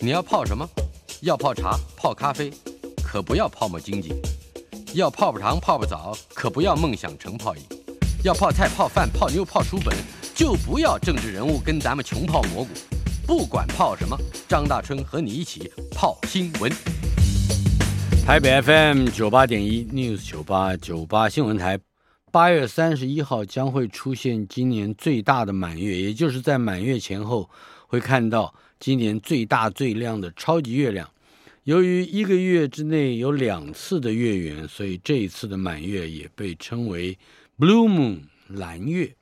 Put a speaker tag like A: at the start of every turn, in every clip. A: 你要泡什么？要泡茶、泡咖啡，可不要泡沫经济；要泡泡糖、泡泡澡，可不要梦想成泡影；要泡菜、泡饭、泡妞、泡书本，就不要政治人物跟咱们穷泡蘑菇。不管泡什么，张大春和你一起泡新闻。台北 FM 九八点一 News 九八九八新闻台，八月三十一号将会出现今年最大的满月，也就是在满月前后会看到今年最大最亮的超级月亮。由于一个月之内有两次的月圆，所以这一次的满月也被称为 Blue Moon 蓝月。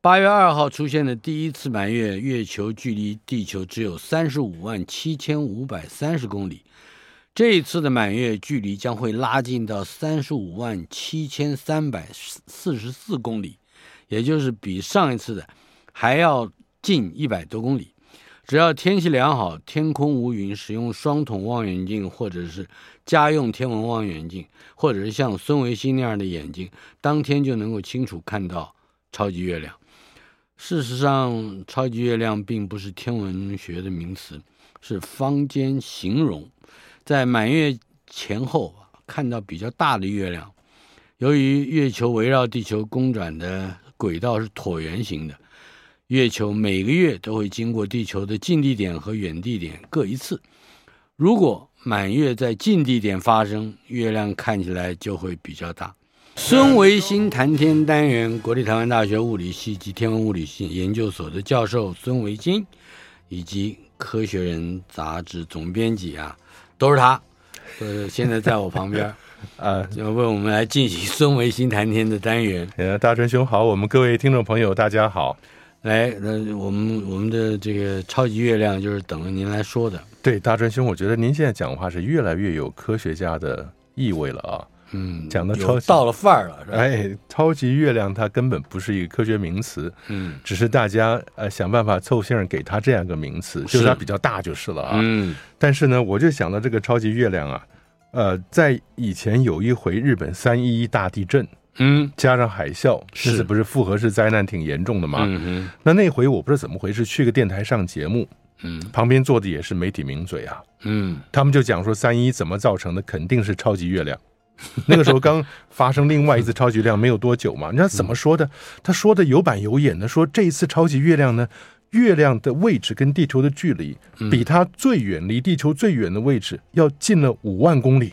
A: 八月二号出现的第一次满月，月球距离地球只有三十五万七千五百三十公里。这一次的满月距离将会拉近到三十五万七千三百四十四公里，也就是比上一次的还要近一百多公里。只要天气良好，天空无云，使用双筒望远镜或者是家用天文望远镜，或者是像孙维新那样的眼镜，当天就能够清楚看到超级月亮。事实上，超级月亮并不是天文学的名词，是坊间形容。在满月前后看到比较大的月亮，由于月球围绕地球公转的轨道是椭圆形的，月球每个月都会经过地球的近地点和远地点各一次。如果满月在近地点发生，月亮看起来就会比较大。孙维新谈天单元，国立台湾大学物理系及天文物理系研究所的教授孙维新，以及《科学人》杂志总编辑啊。都是他，呃，现在在我旁 边，
B: 呃，
A: 就为我们来进行 孙维新谈天的单元。
B: 呃，大春兄好，我们各位听众朋友大家好。
A: 来，那我们我们的这个超级月亮就是等着您来说的。
B: 对，大春兄，我觉得您现在讲话是越来越有科学家的意味了啊。
A: 嗯，
B: 讲的超
A: 到了范儿了。
B: 哎，超级月亮它根本不是一个科学名词，
A: 嗯，
B: 只是大家呃想办法凑兴儿给它这样一个名词，就是它比较大就是了啊。
A: 嗯，
B: 但是呢，我就想到这个超级月亮啊，呃，在以前有一回日本三一一大地震，
A: 嗯，
B: 加上海啸，
A: 是
B: 那次不是复合式灾难挺严重的嘛？
A: 嗯
B: 那那回我不知道怎么回事，去个电台上节目，
A: 嗯
B: 旁边坐的也是媒体名嘴啊，
A: 嗯
B: 他们就讲说三一怎么造成的，肯定是超级月亮。 那个时候刚发生另外一次超级月亮没有多久嘛，你知道怎么说的？他说的有板有眼的，说这一次超级月亮呢，月亮的位置跟地球的距离比它最远离地球最远的位置要近了五万公里。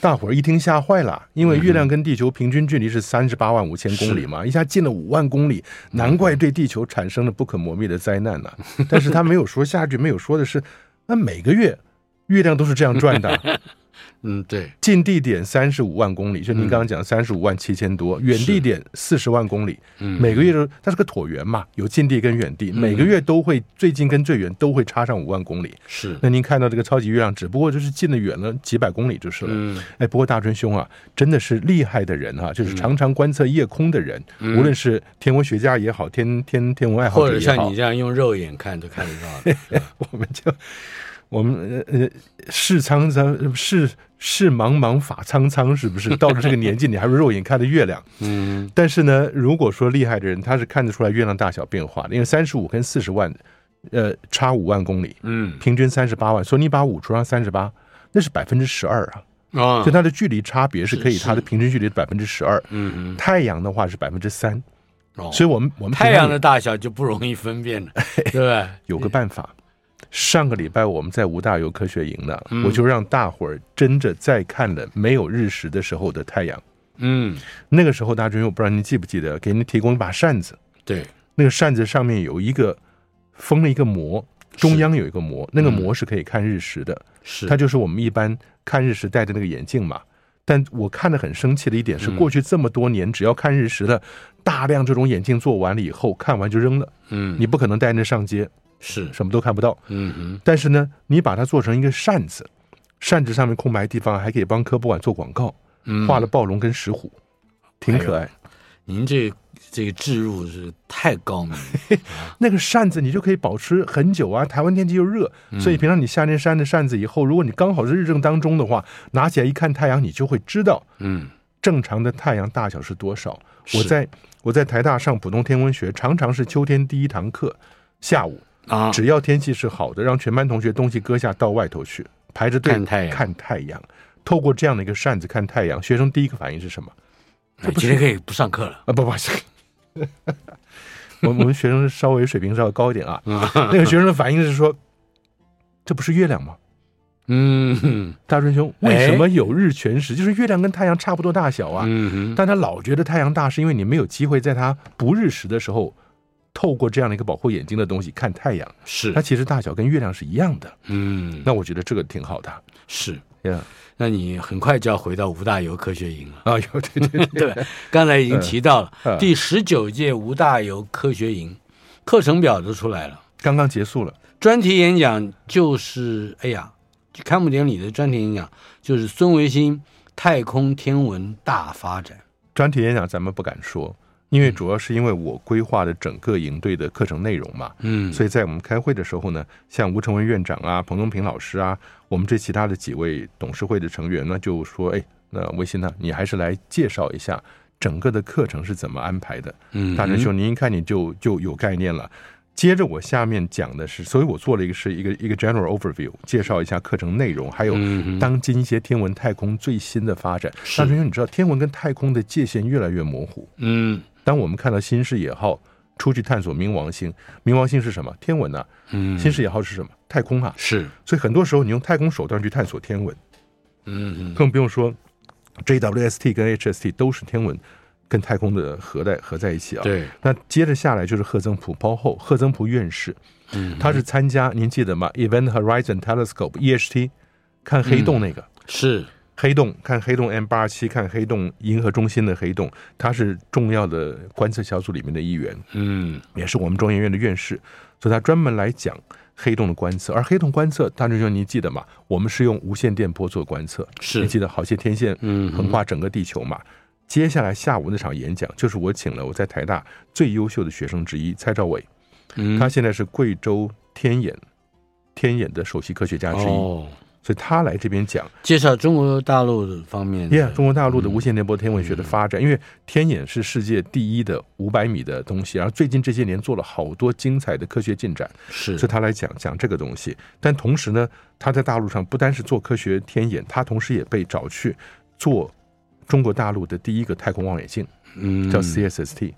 B: 大伙儿一听吓坏了，因为月亮跟地球平均距离是三十八万五千公里嘛，一下近了五万公里，难怪对地球产生了不可磨灭的灾难呢、但是他没有说下一句，没有说的是，那每个月月亮都是这样转的，
A: 嗯，对，
B: 近地点三十五万公里，就
A: 嗯
B: 您刚刚讲三十五万七千多，远地点四十万公里，
A: 嗯
B: 每个月都它是个椭圆嘛，有近地跟远地，每个月都会最近跟最远都会差上五万公里。
A: 是，
B: 那您看到这个超级月亮，只不过就是近了远了几百公里就是了。
A: 嗯
B: 哎，不过大春兄啊，真的是厉害的人啊，就是常常观测夜空的人，无论是天文学家也好，天天天文爱好
A: 嗯或
B: 者
A: 者
B: 也
A: 像
B: 好
A: 你，这样用肉眼看都看得 到的。是吧
B: 我们就我们呃呃视苍苍视视茫茫法苍苍，是不是？到了这个年纪，你还不肉眼看的月亮？
A: 嗯
B: 但是呢，如果说厉害的人，他是看得出来月亮大小变化的，因为三十五跟四十万，呃，差五万公里，
A: 嗯
B: 平均三十八万，所以你把五除上三十八，那是百分之十二啊，
A: 啊
B: 就，它的距离差别是可以，
A: 是是
B: 它的平均距离百分之十二。
A: 嗯嗯
B: 太阳的话是百分之三，，
A: 哦
B: 所以我们我们
A: 太
B: 平常
A: 阳的大小就不容易分 辨了，对吧？
B: 有个办法。上个礼拜我们在吴大有科学营呢，
A: 嗯
B: 我就让大伙儿真着再看了没有日食的时候的太阳。
A: 嗯，
B: 那个时候，大家我不知道您记不记得，给您提供一把扇子，
A: 对，
B: 那个扇子上面有一个封了一个膜，中央有一个膜，那个膜是可以看日食的。
A: 嗯是
B: 它就是我们一般看日食戴的那个眼镜嘛。但我看的很生气的一
A: 嗯
B: 点是，过去这么多年，只要看日食的，大量这种眼镜做完了以后，看完就扔了，
A: 嗯
B: 你不可能带那上街，
A: 是
B: 什么都看不到。
A: 嗯嗯
B: 但是呢，你把它做成一个扇子，扇子上面空白地方还可以帮科博馆做广告，
A: 嗯
B: 画了暴龙跟石虎，挺可爱。
A: 您这这个置入是太高明了，
B: 那个扇子你就可以保持很久啊，台湾天气又热，
A: 嗯
B: 所以平常你夏天扇着扇子以后，如果你刚好是日正当中的话，拿起来一看太阳，你就会知道
A: 嗯
B: 正常的太阳大小是多少。
A: 是
B: 我在我在台大上普通天文学，常常是秋天第一堂课下午。
A: 啊，
B: 只要天气是好的，让全班同学东西搁下到外头去，排着队
A: 看太阳
B: 看太阳透过这样的一个扇子看太阳，学生第一个反应是什么？
A: 哎今天可以不上课了。
B: 啊，不不， 我我们学生稍微水平稍微高一点啊。那个学生的反应是说，这不是月亮吗？
A: 嗯
B: 大春兄，为什么有日全食？就是月亮跟太阳差不多大小啊。
A: 嗯
B: 但他老觉得太阳大，是因为你没有机会在它不日食的时候，透过这样的一个保护眼睛的东西看太阳。
A: 是
B: 它，其实大小跟月亮是一样的。
A: 嗯
B: 那我觉得这个挺好的。啊
A: 是。
B: 呀，
A: 那你很快就要回到吴大猷科学营了。
B: 啊， 有对对对，
A: 对吧，刚才已经提到了
B: 嗯
A: 第十九届吴大猷科学营，课程表都出来了，
B: 刚刚结束了。
A: 专题演讲就是，哎呀，开幕典礼的专题演讲就是孙维新太空天文大发展。
B: 专题演讲咱们不敢说，因为主要是因为我规划的整个营队的课程内容嘛。
A: 嗯，
B: 所以在我们开会的时候呢，像吴成文院长啊、彭东平老师啊，我们这其他的几位董事会的成员呢，就说：“哎，那维新呢，你还是来介绍一下整个的课程是怎么安排的。”
A: 以
B: 大成兄，您一看你就就有概念了。接着我下面讲的是，所以我做了一个是一个一个 general overview，介绍一下课程内容，还有
A: 嗯
B: 当今一些天文太空最新的发展。
A: 是
B: 大成兄，你知道天文跟太空的界限越来越模糊。
A: 嗯
B: 当我们看到新视野号出去探索冥王星，冥王星是什么？天文呐、啊
A: 嗯
B: 新视野号是什么？太空啊！
A: 是
B: 所以很多时候你用太空手段去探索天文，
A: 嗯嗯
B: 更不用说 JWST 跟 HST 都是天文跟太空的合在合在一起啊。。
A: 对
B: 那接着下来就是赫增普包后，赫增普院士，
A: 嗯
B: 他是参加您记得吗？Event Horizon Telescope EHT 看黑
A: 嗯
B: 洞那个、
A: 是
B: 黑洞，看黑洞 M 八七，看黑洞银河中心的黑洞，他是重要的观测小组里面的一员。
A: 嗯
B: 也是我们中研院的院士，所以他专门来讲黑洞的观测。而黑洞观测，大众兄您记得吗？我们是用无线电波做观测，你
A: 是
B: 记得好些天线
A: 嗯
B: 横跨整个地球嘛？接下来下午那场演讲，就是我请了我在台大最优秀的学生之一蔡兆伟，
A: 嗯
B: 他现在是贵州天眼天眼的首席科学家之一，
A: 哦
B: 所以他来这边讲。
A: 介绍中国大陆的方面的
B: Yeah，中国大陆的
A: 嗯
B: 无线电波天文学的发展，因为天眼是世界第一的五百米的东西，然后最近这些年做了好多精彩的科学进展，
A: 是
B: 所以他来讲讲这个东西。但同时呢，他在大陆上不单是做科学天眼，他同时也被找去做中国大陆的第一个太空望远镜，
A: 嗯
B: 叫 CSST。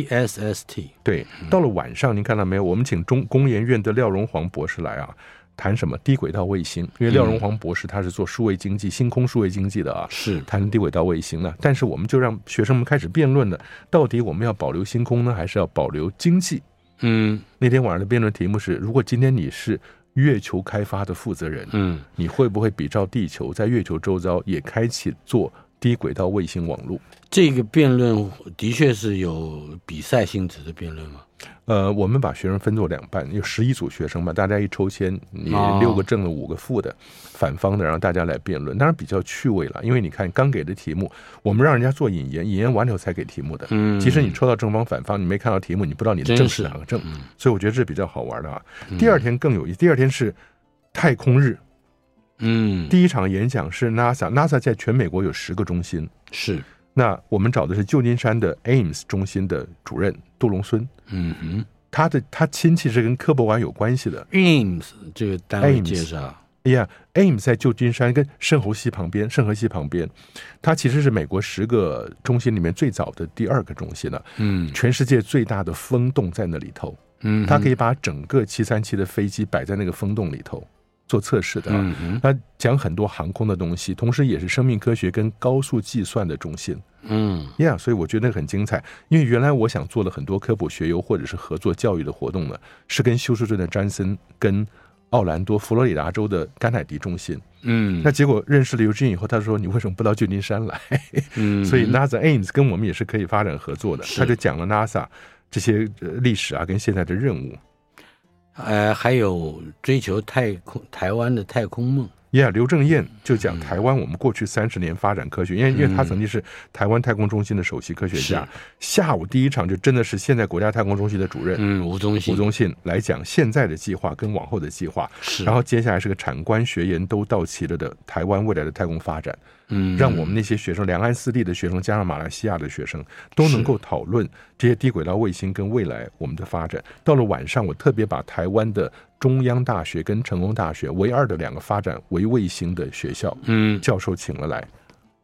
A: CSST
B: 对，到了晚上，您看到没有？我们请中工研院的廖荣煌博士来啊，谈什么低轨道卫星？因
A: 嗯
B: 为廖荣煌博士他是做数位经济、星空数位经济的啊。
A: 是
B: 谈低轨道卫星了，但是我们就让学生们开始辩论了，到底我们要保留星空呢，还是要保留经济？
A: 嗯
B: 那天晚上的辩论题目是：如果今天你是月球开发的负责人，
A: 嗯
B: 你会不会比照地球，在月球周遭也开启做低轨道卫星网络？
A: 这个辩论的确是有比赛性质的辩论吗？
B: 呃，我们把学生分作两半，有十一组学生嘛，大家一抽签，你
A: 哦
B: 六个正的，五个负的，反方的，然后大家来辩论，当然比较趣味了，因为你看刚给的题目，我们让人家做引言，引言完了以后才给题目的，
A: 嗯
B: 即使你抽到正方反方，你没看到题目，你不知道你的
A: 真
B: 正
A: 是嗯
B: 是哪个正，所以我觉得这比较好玩的啊。第二天更有意思，第二天是太空日，
A: 嗯
B: 第一场演讲是 NASA，NASA 在全美国有十个中心，
A: 是
B: 那我们找的是旧金山的 Ames 中心的主任杜隆孙，
A: 嗯哼
B: 他的他亲戚是跟科博馆有关系的。
A: ，Ames 这个单位
B: Ames
A: 介绍
B: 哎呀，Ames 在旧金山跟圣侯西旁边，圣河西旁边，它其实是美国十个中心里面最早的第二个中心了，
A: 嗯
B: 全世界最大的风洞在那里头。
A: 嗯
B: 它可
A: 以
B: 以把整个737的飞机摆在那个风洞里头做测试的啊。
A: 嗯哼
B: 它讲很多航空的东西，同时也是生命科学跟高速计算的中心。
A: 嗯
B: Yeah，所以我觉得那个很精彩，因为原来我想做的很多科普学游或者是合作教育的活动呢，是跟休斯顿的詹森跟。奥兰多，佛罗里达州的甘乃迪中心。
A: 嗯
B: 那结果认识了尤金以后，他说：“你为什么不到旧金山来？”
A: 嗯
B: 所以 NASA Ames 跟我们也是可以发展合作的。
A: 是
B: 他就讲了 NASA 这些呃历史啊，跟现在的任务。
A: 呃还有追求太空台湾的太空梦
B: ，Yeah，刘正彦就
A: 嗯
B: 讲台湾我们过去三十年发展科学，因为因为他曾经是台湾太空中心的首席科学家
A: 是，
B: 下午第一场就真的是现在国家太空中心的主任
A: 嗯，吴宗
B: 吴
A: 宪，
B: 宗宪来讲现在的计划跟往后的计划，
A: 是，
B: 然后接下来是个产官学研都到齐了的台湾未来的太空发展，
A: 嗯，
B: 让我们那些学生，两岸四地的学生，加上马来西亚的学生，都能够讨论这些低轨道卫星跟未来我们的发展。到了晚上，我特别把台湾的中央大学跟成功大学唯二的两个发展为卫星的学校
A: 嗯
B: 教授请了来，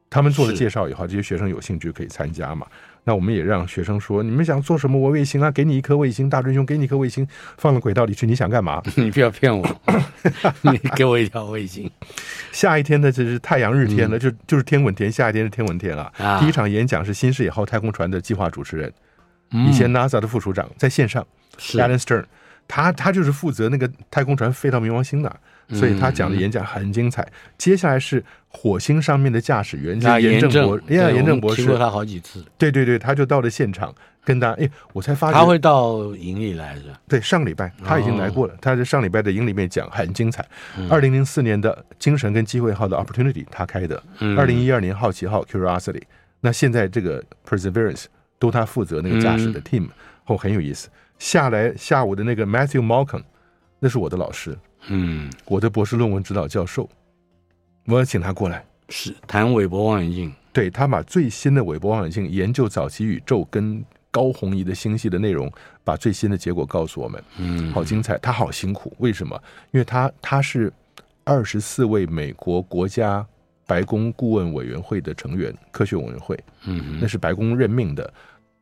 B: 他们做了
A: 是
B: 介绍以后，这些学生有兴趣可以参加嘛。那我们也让学生说，你们想做什么？我卫星啊，给你一颗卫星，大真兄给你一颗卫星，放到轨道里去，你想 干嘛？
A: 嗯你不要骗 我，你给我一条卫星
B: 下一天呢，就是太阳日天
A: 嗯
B: 了，就就是天吻天，下一天是天吻天了。
A: 啊！
B: 第一场演讲是新视野号太空船的计划主持人，以前 NASA 的副署长，在线上
A: 嗯是
B: Alan Stern，他他就是负责那个太空船飞到冥王星的，
A: 嗯
B: 所以他讲的演讲很精彩。接下来是火星上面的驾驶员，就
A: 啊，
B: 是
A: 严
B: 正博，哎
A: 对
B: 呀，
A: 我
B: 严正
A: 们
B: 博
A: 提过
B: 士，
A: 他好几次，
B: 对对对，他就到了现场跟大家，哎，我才发
A: 他
B: 觉，
A: 会哦到营里来的，
B: 对，上礼拜他已经来过了，他在上礼拜的营里面讲很精彩。
A: 嗯
B: 二零零四年的精神跟机会号的 Opportunity 他开的，
A: 嗯
B: 二零一二年好奇号 Curiosity，那现在这个 Perseverance 都他负责那个驾驶的 team，哦，很有意思。下来下午的那个 Matthew Malcolm，那是我的老师，
A: 嗯，
B: 我的博士论文指导教授，我要请他过来。
A: 是谈韦伯望远镜，
B: 对他把最新的韦伯望远镜研究早期宇宙跟高红移的星系的内容，把最新的结果告诉我们。
A: 嗯，
B: 好精彩，他好辛苦，为什么？因为他他是二十四位美国国家白宫顾问委员会的成员，科学委员会，
A: 嗯
B: 那是白宫任命的。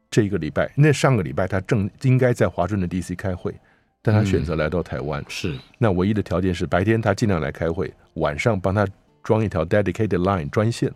B: 这一个礼拜，那上个礼拜他正应该在华盛顿 D.C. 开会，但他选择来到台湾。
A: 是
B: 那唯一的条件是白天他尽量来开会，晚上帮他装一条 dedicated line 专线，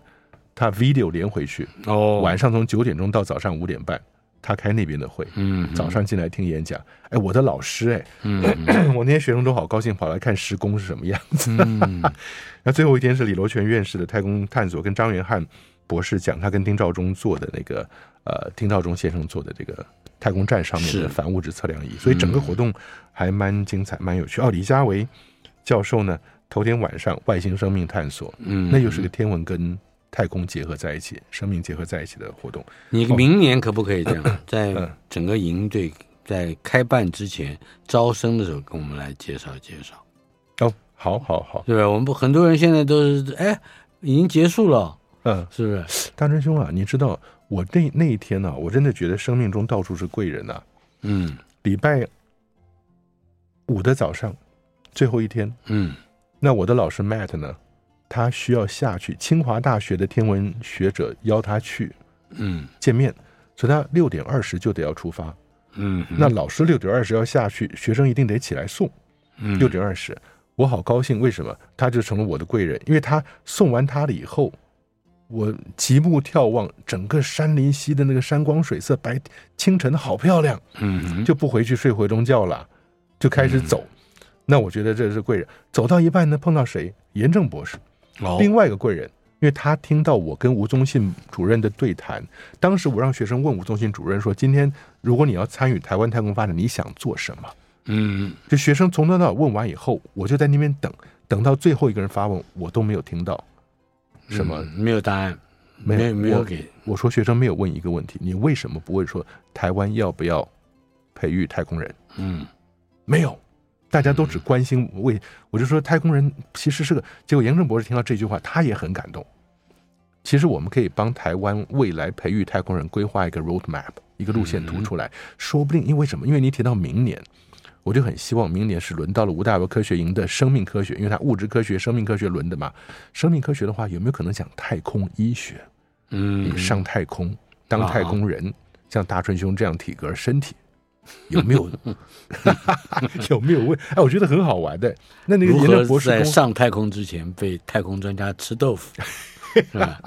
B: 他 video 连回去，
A: 哦，
B: 晚上从九点钟到早上五点半，他开那边的会。
A: 嗯
B: 早上进来听演讲，哎，我的老师哎，
A: 嗯
B: 我那些学生都好高兴，跑来看施工是什么样子。
A: 嗯
B: 那最后一天是李罗泉院士的太空探索，跟张元汉博士讲他跟丁肇中做的那个呃，丁肇中先生做的这个太空站上面
A: 是
B: 的反物质测量仪，所以整个活动还蛮精彩，蛮有趣。哦，李嘉维教授呢，头天晚上外星生命探索，
A: 嗯
B: 那又是个天文跟太空结合在一起、生命结合在一起的活动。
A: 你明年可不可以这样，在整个营队在开办之前招生的时候，跟我们来介绍介绍，
B: 哦，好好好，
A: 对吧？我们不很多人现在都是哎，已经结束了，
B: 嗯。
A: 是不是？
B: 大真兄啊，你知道我那那一天呢、啊我真的觉得生命中到处是贵人啊呐、
A: 嗯
B: 礼拜五的早上，最后一天，
A: 嗯
B: 那我的老师 Matt 呢，他需要下去，清华大学的天文学者邀他去
A: 嗯
B: 见面，所以他六点二十就得要出发。
A: 嗯，
B: 那老师六点二十要下去，学生一定得起来送。
A: 嗯
B: 六点二十，我好高兴，为什么？他就成了我的贵人，因为他送完他了以后，我极目眺望整个山林溪的那个山光水色，白清晨好漂亮，
A: 嗯
B: 就不回去睡回笼觉了，就开始走。那我觉得这是贵人。走到一半呢，碰到谁？严正博士，
A: 哦
B: 另外一个贵人。因为他听到我跟吴宗信主任的对谈，当时我让学生问吴宗信主任说：“今天如果你要参与台湾太空发展，你想做什么？”
A: 嗯
B: 就学生从头到尾问完以后，我就在那边等，等到最后一个人发问，我都没有听到什么。
A: 嗯没有答案，
B: 没有
A: 有没有
B: 我
A: 给
B: 我说学生没有问一个问题，你为什么不问说台湾要不要培育太空人？
A: 嗯
B: 没有，大家都只关心为，我就说太空人其实是个。结果严正博士听到这句话，他也很感动。其实我们可以帮台湾未来培育太空人规划一个 road map，一个路线图出来，说不定因为什么？因为你提到明年，我就很希望明年是轮到了吴大维科学营的生命科学，因为它物质科学、生命科学轮的嘛。生命科学的话，有没有可能讲太空医学？
A: 嗯啊
B: 你上太空当太空人，像大春兄这样体格身体，有没有？ 有没有问？哎，我觉得很好玩的。那那个
A: 如
B: 严正博
A: 何
B: 士跟
A: 在
B: 我，
A: 上太空之前被太空专家吃豆腐，是吧？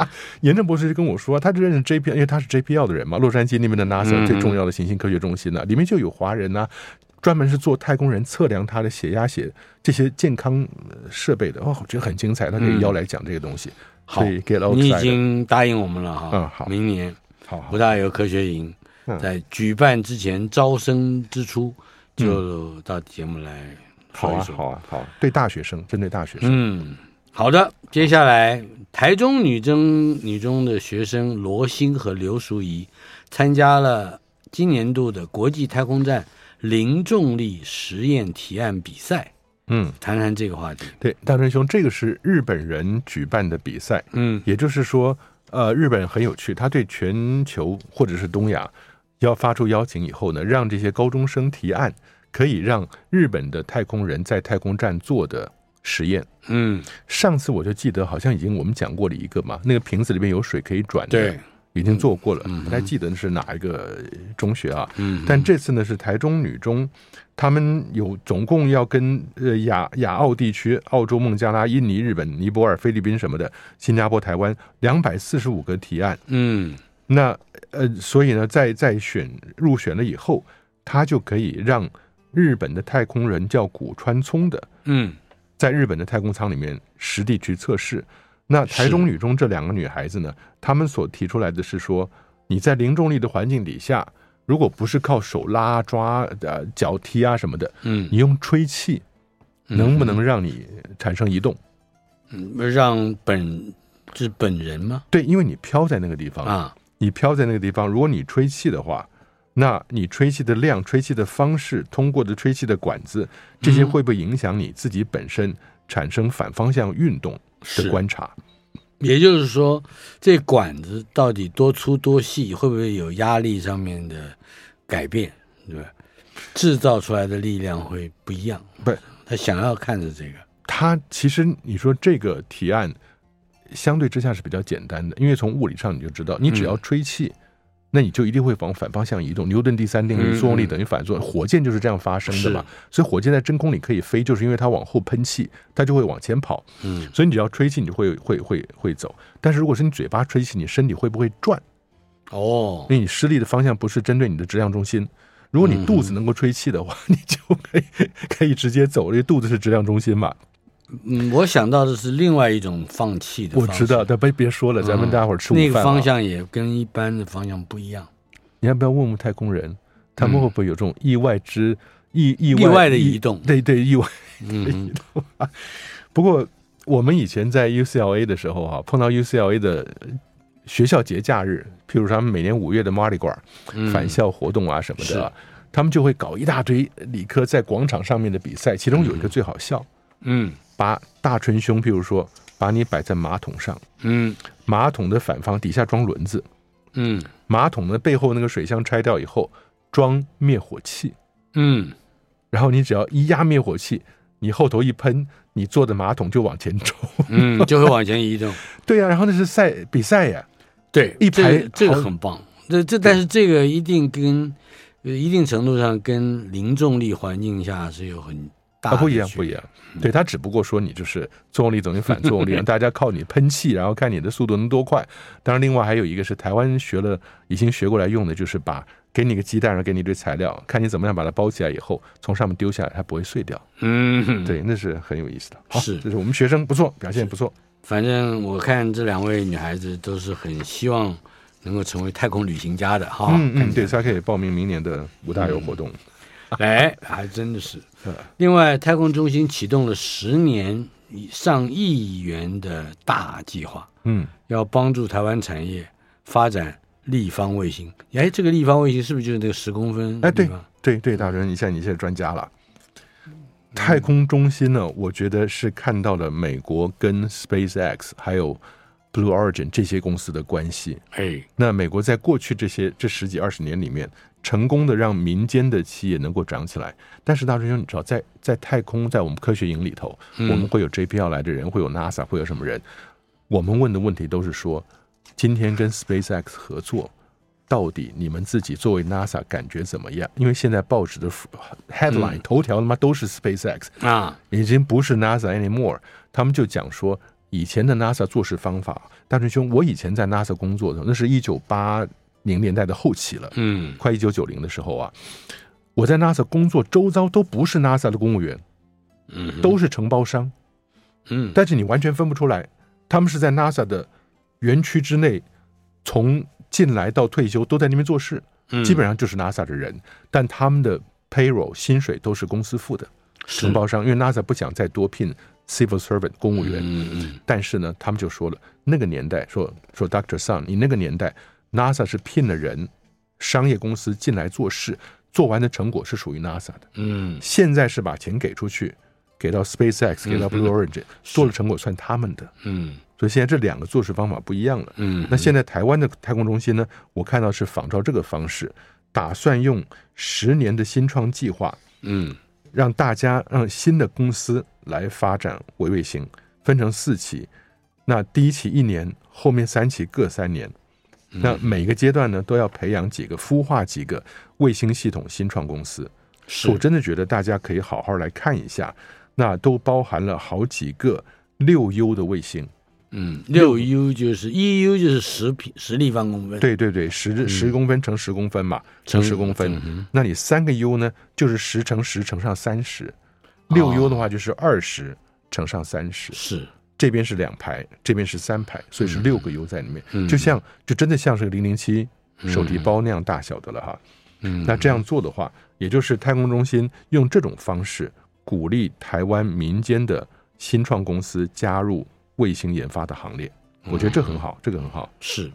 B: 严正博士就跟我说，他认识 JPL，因为他是 JPL 的人嘛，洛杉矶那边的 NASA
A: 嗯
B: 最重要的行星科学中心呢、里面就有华人呐、啊专门是做太空人测量他的血压、血这些健康呃设备的。哦，我觉得很精彩，他可以邀来讲这个东西。
A: 嗯好
B: 所以 get out，
A: 你已经答应我们了哈。
B: 嗯好
A: 明年
B: 好好
A: 武大有科学营
B: 嗯
A: 在举办之前招生之初
B: 嗯
A: 就到节目来
B: 好
A: 说一
B: 啊
A: 说。
B: 好啊好啊，对大学生，针对大学生。
A: 嗯，好的，接下来台中女中女中的学生罗欣和刘淑仪参加了今年度的国际太空站零重力实验提案比赛，
B: 嗯，
A: 谈谈这个话题。
B: 对，大春兄，这个是日本人举办的比赛，
A: 嗯
B: 也就是说，呃，日本很有趣，他对全球或者是东亚要发出邀请以后呢，让这些高中生提案，可以让日本的太空人在太空站做的实验。
A: 嗯，
B: 上次我就记得好像已经我们讲过了一个嘛，那个瓶子里面有水可以转的，
A: 对，
B: 已经做过了，不太记得是哪一个中学啊。
A: 嗯
B: 但这次呢是台中女中，他们有总共要跟呃亚亚澳地区、澳洲、孟加拉、印尼、日本、尼泊尔、菲律宾什么的，新加坡、台湾两百四十五个提案。
A: 嗯
B: 那呃，所以呢，在在选入选了以后，他就可以让日本的太空人叫古川聪的，
A: 嗯
B: 在日本的太空舱里面实地去测试。那台中女中这两个女孩子呢，她们所提出来的是说，你在零重力的环境底下，如果不是靠手拉、抓、呃脚踢啊什么的，
A: 嗯，
B: 你用吹气，能不能让你产生移动？
A: 嗯让本是本人吗？
B: 对，因为你飘在那个地方，
A: 啊，
B: 你飘在那个地方，如果你吹气的话，那你吹气的量、吹气的方式、通过的吹气的管子，这些会不会影响你自己本身产生反方向运动的
A: 是
B: 观察？
A: 也就是说，这管子到底多粗多细，会不会有压力上面的改变，对吧？制造出来的力量会不一样。
B: 不是，
A: 他想要看着这个，
B: 它其实你说这个提案相对之下是比较简单的，因为从物理上你就知道，你只
A: 嗯
B: 要吹气，那你就一定会往反方向移动。牛顿第三定律，
A: 嗯
B: 作用力等于反作用，火箭就是这样发生的嘛。所以火箭在真空里可以飞，就是因为它往后喷气，它就会往前跑。
A: 嗯
B: 所以你只要吹气，你就会会会会走。但是如果是你嘴巴吹气，你身体会不会转？
A: 哦，
B: 因为你施力的方向不是针对你的质量中心。如果
A: 嗯
B: 你肚子能够吹气的话， 你就可以可以直接走，因为肚子是质量中心嘛。
A: 嗯，我想到的是另外一种放弃的
B: 我
A: 方式，嗯
B: 知道，但别别说了，咱们大伙儿吃午饭、
A: 那个
B: 啊
A: 方，向也跟一般的方向不一样，
B: 你要不要问问太空人，他们会不会有这种意外之意意外
A: 意外的移动
B: 对对，意外。
A: 嗯
B: 不过我们以前在 UCLA 的时候啊，碰到 UCLA 的呃学校节假日，譬如说他们每年五月的 Mardi Gras
A: 嗯
B: 返校活动啊什么的啊，他们就会搞一大堆理科在广场上面的比赛，其中有一个最好笑，
A: 嗯
B: 把大春兄，譬如说把你摆在马桶上，
A: 嗯
B: 马桶的反方底下装轮子。
A: 嗯
B: 马桶的背后那个水箱拆掉以后，装灭火器，
A: 嗯，
B: 然后你只要一压灭火器，你后头一喷，你坐的马桶就往 前冲。
A: 嗯，就会往前移动。
B: 对呀、然后那是赛比赛呀，
A: 对，
B: 一
A: 这个
B: 排
A: 这个
B: 好
A: 很棒。这这，但是这个一定跟呃一定程度上跟零重力环境下是有很大
B: 啊
A: 的
B: 不一样
A: 区嗯
B: 不
A: 别
B: 一样。对，它只不过说你就是作用力等于反作用力， 让大家靠你喷气，然后看你的速度能多快。当然，另外还有一个是台湾学了，已经学过来用的，就是把给你个鸡蛋，然后给你一堆材料，看你怎么样把它包起来以后，从上面丢下来，它不会碎掉。
A: 嗯，，
B: 对，那是很有意思的。好
A: 是
B: 这是我们学生不错，表现不错。
A: 反正我看这两位女孩子都是很希望能够成为太空旅行家的哈。
B: 嗯
A: 看
B: 嗯，
A: 起
B: 对，才可以报名明年的五大有活动。
A: 来，哎还真的是
B: 嗯。
A: 另外，太空中心启动了十年以上亿元的大计划，
B: 嗯，
A: 要帮助台湾产业发展立方卫星。哎，这个立方卫星是不是就是那个十公分？
B: 哎，对对对，大人，你现在你现在专家了。太空中心呢，我觉得是看到了美国跟 SpaceX 还有 Blue Origin 这些公司的关系。
A: 哎，
B: 那美国在过去这些这十几二十年里面，成功的让民间的企业能够长起来。但是大师兄，你知道，在在太空，在我们科学营里头，
A: 嗯
B: 我们会有 JPL 来的人，会有 NASA，会有什么人？我们问的问题都是说，今天跟 SpaceX 合作，到底你们自己作为 NASA 感觉怎么样？因为现在报纸的
A: 嗯
B: headline、头条他妈都是 SpaceX，
A: 啊，
B: 已经不是 NASA anymore，他们就讲说以前的 NASA 做事方法。大春兄，我以前在 NASA 工作的时候，那是一九八零年代的后期了，
A: 嗯
B: 快一九九零的时候啊，我在 NASA 工作，周遭都不是 NASA 的公务员，
A: 嗯，
B: 都是承包商，
A: 嗯
B: 但是你完全分不出来，他们是在 NASA 的园区之内，从进来到退休都在那边做事，
A: 嗯
B: 基本上就是 NASA 的人，但他们的 payroll 薪水都是公司付的。
A: 是
B: 承包商，因为 NASA 不想再多聘 civil servant 公务员。
A: 嗯嗯
B: 但是呢，他们就说了，那个年代说说 Dr. Sun，你那个年代 NASA 是聘了人，商业公司进来做事，做完的成果是属于 NASA 的。
A: 嗯，
B: 现在是把钱给出去，给到 SpaceX，给到 Blue Origin，、做了成果算他们的。
A: 嗯
B: 所以现在这两个做事方法不一样了。
A: 嗯，
B: 那现在台湾的太空中心呢，我看到是仿照这个方式，打算用十年的新创计划，
A: 嗯
B: 让大家让新的公司来发展微卫星，分成四期。那第一期一年，后面三期各三年。那每个阶段呢，都要培养几个、孵化几个卫星系统新创公司。
A: 是
B: 我真的觉得大家可以好好来看一下，那都包含了好几个六优的卫星。
A: 嗯六 U 就是一 U 就是十平十立方公分，，
B: 对对对，
A: 嗯
B: 十十公分乘十公分嘛，乘十公分。那你三个 U 呢，就是十乘十乘上三十，六
A: 哦
B: U 的话就是二十乘上三十。
A: 是
B: 这边是两排，这边是三排，所以
A: 嗯
B: 是六个 U 在里面，就像就真的像是个零零七手提包那样大小的了哈。
A: 嗯
B: 那这样做的话，也就是太空中心用这种方式鼓励台湾民间的新创公司加入卫星研发的行列，我觉得这
A: 嗯
B: 很好，这个很好。
A: 是。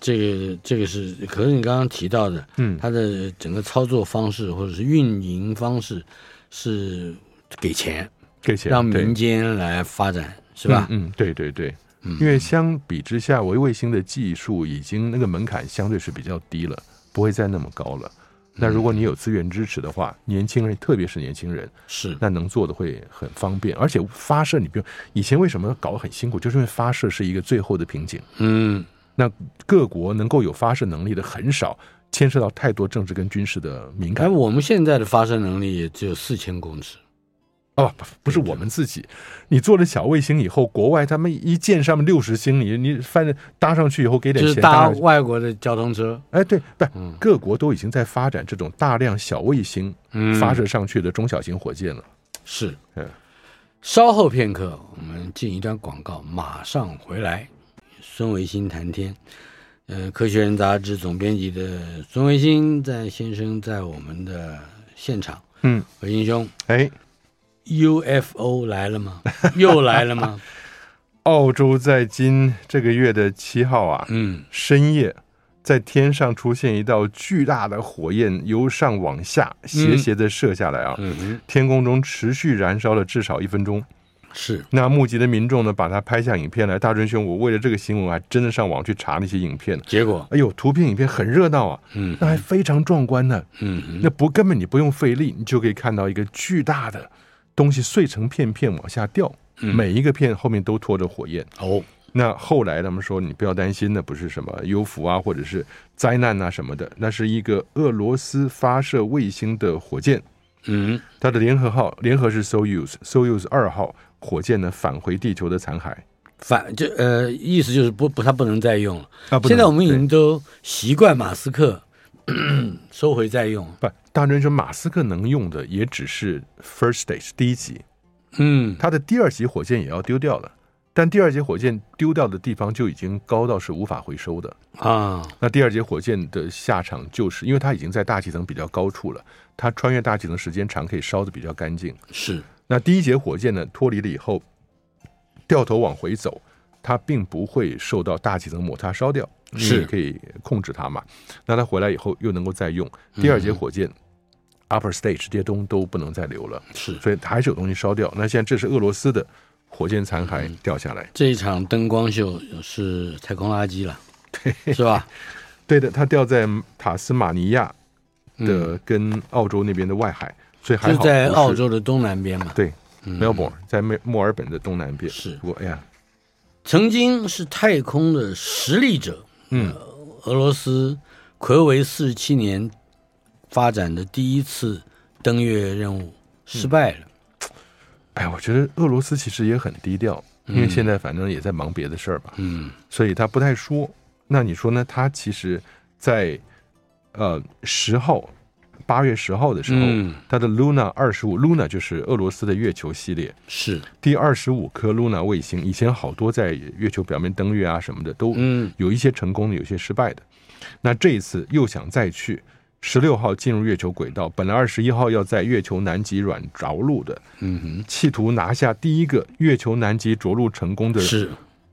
A: 这个这个是，可是你刚刚提到的，
B: 嗯
A: 它的整个操作方式或者是运营方式是给钱，
B: 给钱
A: 让
B: 对
A: 民间来发展，是吧？
B: 嗯，嗯对对对，因为相比之下，微卫星的技术已经那个门槛相对是比较低了，不会再那么高了。
A: 嗯
B: 那如果你有资源支持的话，年轻人，特别是年轻人，
A: 是
B: 那能做的会很方便，而且发射你不用以前为什么搞得很辛苦，就是因为发射是一个最后的瓶颈。
A: 嗯
B: 那各国能够有发射能力的很少，牵涉到太多政治跟军事的敏
A: 哎，
B: 感。
A: 我们现在的发射能力也只有四千公尺，
B: 哦，不不是我们自己，你做了小卫星以后，国外他们一建上面六十星，你你反正搭上去以后给点
A: 就是
B: 钱，
A: 搭
B: 搭上去
A: 外国的交通车，
B: 哎，对，不，各国都已经在发展这种大量小卫星
A: 嗯
B: 发射上去的中小型火箭了。
A: 是
B: 嗯。
A: 稍后片刻，我们进一段广告，马上回来。孙维新谈天，呃，《科学人》杂志总编辑的孙维新在先生在我们的现场，
B: 嗯，
A: 维新兄
B: 哎，
A: ，UFO 来了吗？又来了吗？
B: 澳洲在今这个月的七号啊，
A: 嗯，
B: 深夜在天上出现一道巨大的火焰，由上往下斜斜的射下来啊，
A: 嗯哼，
B: 天空中持续燃烧了至少一分钟。
A: 是，
B: 那目击的民众呢，把它拍下影片来。大真兄，我为了这个新闻，我还真的上网去查那些影片。
A: 结果，
B: 哎呦，图片影片很热闹啊，
A: 嗯
B: 那还非常壮观呢、
A: 嗯哼，
B: 那不根本你不用费力，你就可以看到一个巨大的东西碎成片片往下掉，每一个片后面都拖着火焰。
A: 哦，
B: 那后来他们说，你不要担心，那不是什么幽浮啊，或者是灾难啊什么的，那是一个俄罗斯发射卫星的火箭，
A: 嗯，
B: 它的联合号联合是 Soyuz，Soyuz 二号火箭呢返回地球的残骸。
A: 反就呃，意思就是不不，它不能再用了。
B: 啊，不能
A: 现在我们已
B: 对
A: 经都习惯马斯克 收回再用。
B: 不，大专说马斯克能用的也只是 first stage 第一级，
A: 嗯，
B: 他的第二级火箭也要丢掉了，但第二级火箭丢掉的地方就已经高到是无法回收的。
A: 啊，
B: 那第二节火箭的下场就是，因为它已经在大气层比较高处了，它穿越大气层时间长，可以烧得比较干净。
A: 是，
B: 那第一节火箭呢，脱离了以后，掉头往回走，它并不会受到大气层摩擦烧掉，因为
A: 是
B: 你可以控制它嘛。那它回来以后又能够再用。第二节火箭、upper stage 这些东西都不能再留了，
A: 是
B: 所以它还是有东西烧掉。那现在这是俄罗斯的火箭残
A: 嗯
B: 骸掉下来。
A: 这一场灯光秀是太空垃圾 了，是吧？
B: 对的，它掉在塔斯马尼亚的跟澳洲那边的外海，所以还
A: 嗯就
B: 好
A: 在
B: 不是
A: 澳洲的东南边嘛。
B: 对 Melbourne 在墨墨尔本的东南边
A: 是
B: 我哎呀，
A: 曾经是太空的实力者，
B: 嗯
A: 呃，俄罗斯魁为四十七年发展的第一次登月任务失败了。
B: 哎，我觉得俄罗斯其实也很低调，因为现在反正也在忙别的事儿吧，
A: 嗯，
B: 所以他不太说。那你说呢？他其实在，呃十号，八月十号的时候，
A: 嗯
B: 他的 Luna 二十五，Luna 就是俄罗斯的月球系列，
A: 是，
B: 第二十五颗 Luna 卫星，以前好多在月球表面登月啊什么的，都
A: 嗯
B: 有一些成功的，有一些失败的。那这一次又想再去，十六号进入月球轨道，本来二十一号要在月球南极软着陆的，
A: 嗯哼，
B: 企图拿下第一个月球南极着陆成功的。，
A: 是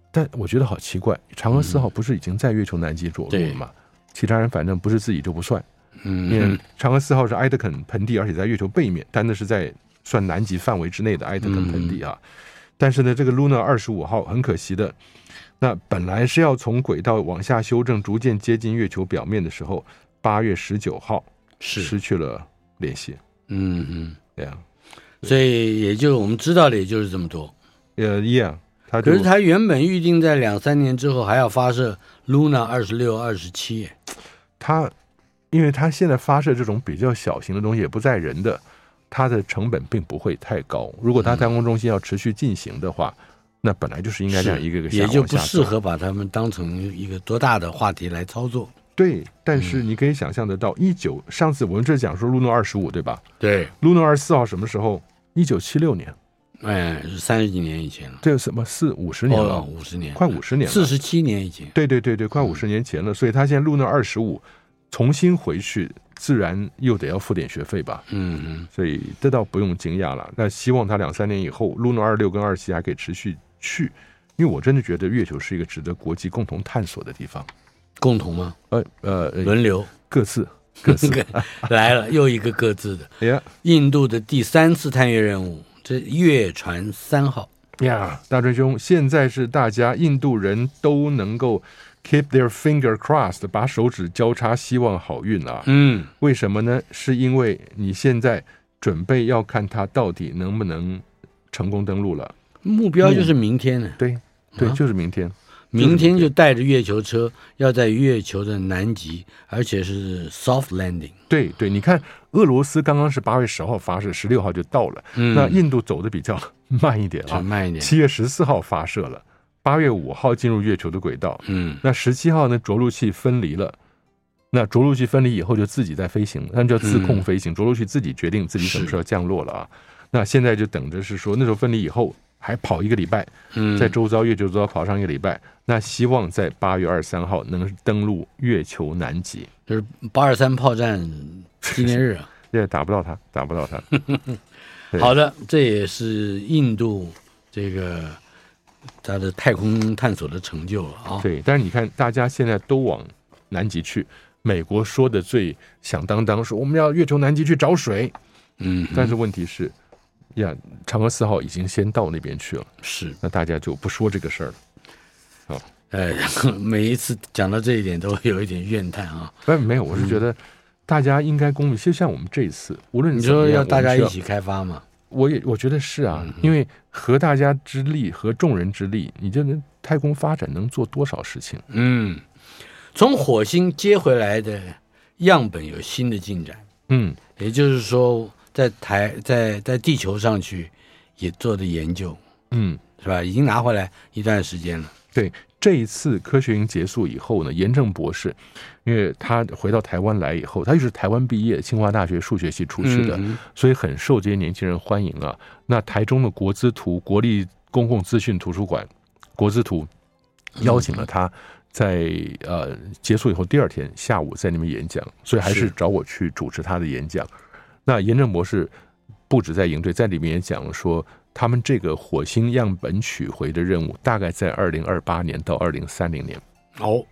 B: 但我觉得好奇怪，嫦娥四号不是已经在月球南极着陆了吗？其他人反正不是自己就不算，因为
A: 嗯
B: 嫦娥四号是埃德肯盆地，而且在月球背面，但那是在算南极范围之内的埃德肯盆地啊。
A: 嗯
B: 但是呢，这个 Luna 二十五号很可惜的，那本来是要从轨道往下修正，逐渐接近月球表面的时候，八月十九号失
A: 是
B: 去了联系。
A: 嗯嗯，
B: 对啊，
A: 所以也就我们知道的也就是这么多。
B: 呃，Yeah，他就
A: 可是它原本预定在两三年之后还要发射 Luna 二十六、二十七，
B: 它，因为它现在发射这种比较小型的东西，也不载人的，它的成本并不会太高。如果它
A: 嗯
B: 太空中心要持续进行的话，那本来就是应该这样一个一个下
A: 也就
B: 往
A: 不
B: 下
A: 适
B: 走。
A: 合把它们当成一个多大的话题来操作。
B: 对，但是
A: 嗯
B: 你可以想象得到，一九上次我们这讲说路诺二十五对吧？
A: 对，
B: 路诺二十四号什么时候？一九七六年，
A: 哎，是三十几年以前了，哦
B: 这有什么四五十年了，
A: 五十年，
B: 快五十年了，
A: 四十七年以前。
B: 对对对对，
A: 嗯
B: 快五十年前了，所以他现在路诺二十五重新回去，自然又得要付点学费吧。
A: 嗯嗯，
B: 所以这倒不用惊讶了。那希望它两三年以后，Luna 二六跟二七还可以持续去，因为我真的觉得月球是一个值得国际共同探索的地方。
A: 共同吗？
B: 呃呃，呃
A: 嗯轮 流，
B: 各自各自哎
A: 来了又一个各自的。
B: 呀
A: 印度的第三次探月任务，这月船三号。
B: 呀，大锤兄，现在是大家印度人都能够 keep their finger crossed，把手指交叉，希望好运啊。
A: 嗯，
B: 为什么呢？是因为你现在准备要看它到底能不能成功登陆了。
A: 目标就是明天呢、
B: 对对，
A: 啊
B: 就是明天。
A: 明天就带着月球车，要在月球的南极，而且是 soft landing。
B: 对对，你看俄罗斯刚刚是八月十号发射，十六号就到了。
A: 嗯
B: 那印度走的比较 慢一点
A: 就
B: 啊，
A: 慢一点。
B: 七月十四号发射了，八月五号进入月球的轨道。
A: 嗯
B: 那十七号呢，着陆器分离了。那着陆器分离以后就自己在飞行了，那就叫自
A: 嗯
B: 控飞行。着陆器自己决定自己什么时候降落了啊。那现在就等着是说，那时候分离以后还跑一个礼拜，
A: 嗯，
B: 在周遭月球周遭跑上一个礼拜。那希望在八月二十三号能登陆月球南极。
A: 就是八二三炮战纪念日 啊。
B: 也打不到他，打不到他。对
A: 好的，这也是印度这个它的太空探索的成就了啊。
B: 对，但是你看，大家现在都往南极去。美国说的最响当当，说我们要月球南极去找水。
A: 嗯，
B: 但是问题是，呀，嫦娥四号已经先到那边去了，
A: 是，
B: 那大家就不说这个事儿了。
A: 哎， 每一次讲到这一点都会有一点怨叹 啊。
B: 但没有，我是觉得大家应该公平，就像我们这一次，无论
A: 你
B: 怎么
A: 说
B: 样
A: 要大家
B: 我们需
A: 一起嗯开发嘛？
B: 我也我觉得是啊，因为合大家之力，合众人之力，你就能太空发展能做多少事情？
A: 嗯，从火星接回来的样本有新的进展，
B: 嗯，
A: 也就是说，在台在在地球上去也做的研究
B: 嗯。
A: 是吧？已经拿回来一段时间了。
B: 对，这一次科学营结束以后呢，严正博士，因为他回到台湾来以后，他又是台湾毕业，清华大学数学系出身的，
A: 嗯
B: 所以很受这些年轻人欢迎啊。那台中的国资图国立公共资讯图书馆，国资图邀请了他。在呃结束以后，第二天下午在那边演讲，所以还是
A: 是
B: 找我去主持他的演讲。那严正博士不止在营队，在里面也讲了说，他们这个火星样本取回的任务大概在二零二八年到二零三零年。
A: 哦，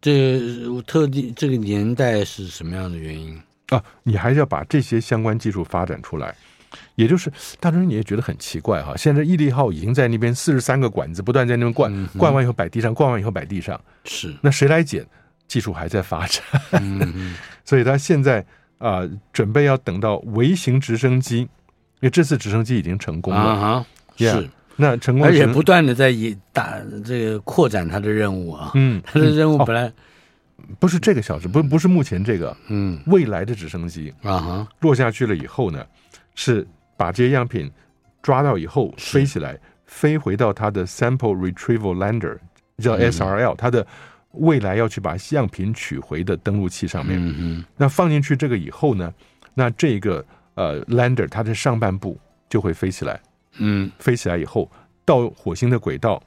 A: 这我特地这个年代是什么样的原因？
B: 啊，你还是要把这些相关技术发展出来。也就是，大春你也觉得很奇怪哈、现在毅力号已经在那边四十三个管子不断在那边灌，
A: 嗯
B: 灌完以后摆地上，灌完以后摆地上，
A: 是，
B: 那谁来捡？技术还在发展，
A: 嗯嗯
B: 所以他现在啊、准备要等到微型直升机，因为这次直升机已经成功了，
A: 啊哈，
B: Yeah，
A: 是，
B: 那成功
A: 而
B: 的
A: 且
B: 直
A: 不断的在以打这个扩展他的任务啊。
B: 嗯，
A: 他的任务
B: 哦
A: 本来，
B: 不是这个小时，不不是目前这个
A: 嗯
B: 未来的直升机
A: 啊哈，
B: 落下去了以后呢，是把这些样品抓到以后
A: 是
B: 飞起来，飞回到它的 Sample Retrieval Lander，叫
A: 嗯
B: SRL，、它的未来要去把样品取回的登陆器上面。
A: 嗯嗯，
B: 那放进去这个以后呢，那这个呃 Lander 它的上半部就会飞起来，
A: 嗯
B: 飞起来以后到火星的轨道，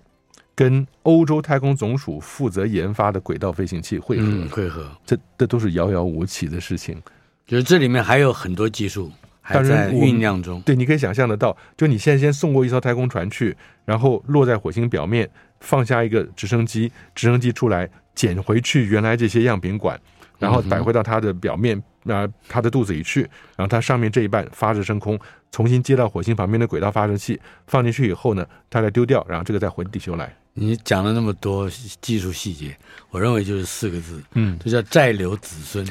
B: 跟欧洲太空总署负责研发的轨道飞行器会合，
A: 嗯，会合，
B: 这这都是遥遥无期的事情。
A: 就是这里面还有很多技术还
B: 当然
A: 在
B: 我们
A: 酝酿中。
B: 对，你可以想象得到，就你现在先送过一艘太空船去，然后落在火星表面，放下一个直升机，直升机出来捡回去原来这些样品管，然后摆回到它的表面，啊、它的肚子里去，然后它上面这一半发射升空，重新接到火星旁边的轨道发射器，放进去以后呢，它再丢掉，然后这个再回地球来。
A: 你讲了那么多技术细节，我认为就是四个字，
B: 嗯，
A: 这叫债留子 孙，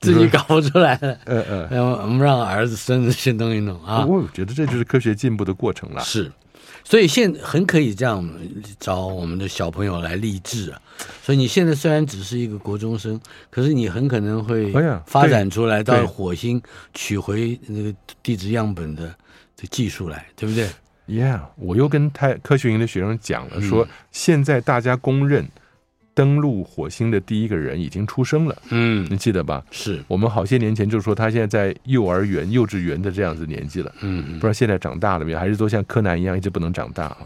A: 自己搞不出来了，
B: 呃呃，
A: 然后我们让儿子孙子去弄一弄啊。
B: 我觉得这就是科学进步的过程了。
A: 是，所以现很可以这样找我们的小朋友来励志啊。所以你现在虽然只是一个国中生，可是你很可能会
B: 哎呀
A: 发展出来
B: 对
A: 到火星取回那个地质样本的这技术来，对不对？
B: Yeah，我又跟太科学营的学生讲了，说现在大家公认登陆火星的第一个人已经出生了，
A: 嗯，
B: 你记得吧？
A: 是，
B: 我们好些年前就说他现在在幼儿园、幼稚园的这样子年纪了，不
A: 嗯，
B: 知道现在长大了没有，还是都像柯南一样一直不能长大 啊？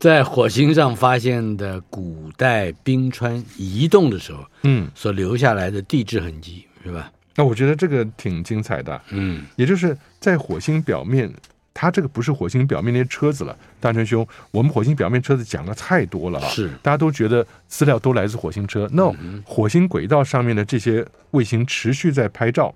A: 在火星上发现的古代冰川移动的时候
B: 嗯，
A: 所留下来的地质痕迹，是吧？
B: 那我觉得这个挺精彩的，
A: 嗯，
B: 也就是在火星表面，它这个不是火星表面那些车子了，大成兄，我们火星表面车子讲的太多了啊，
A: 是嗯
B: 大家都觉得资料都来自火星车。No，、火星轨道上面的这些卫星持续在拍照。